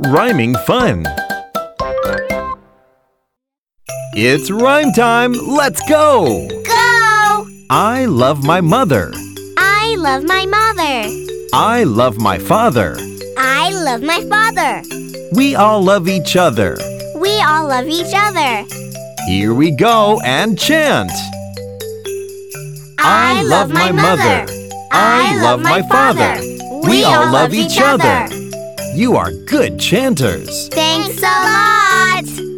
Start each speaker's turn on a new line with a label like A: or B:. A: Rhyming fun. It's rhyme time. Let's go.
B: Go!
A: I love my mother.
B: I love my mother.
A: I love my father.
B: I love my father.
A: We all love each other.
B: We all love each other.
A: Here we go and chant. I love my mother. I love my father. We all love each other. You are good chanters.
B: Thanks a lot.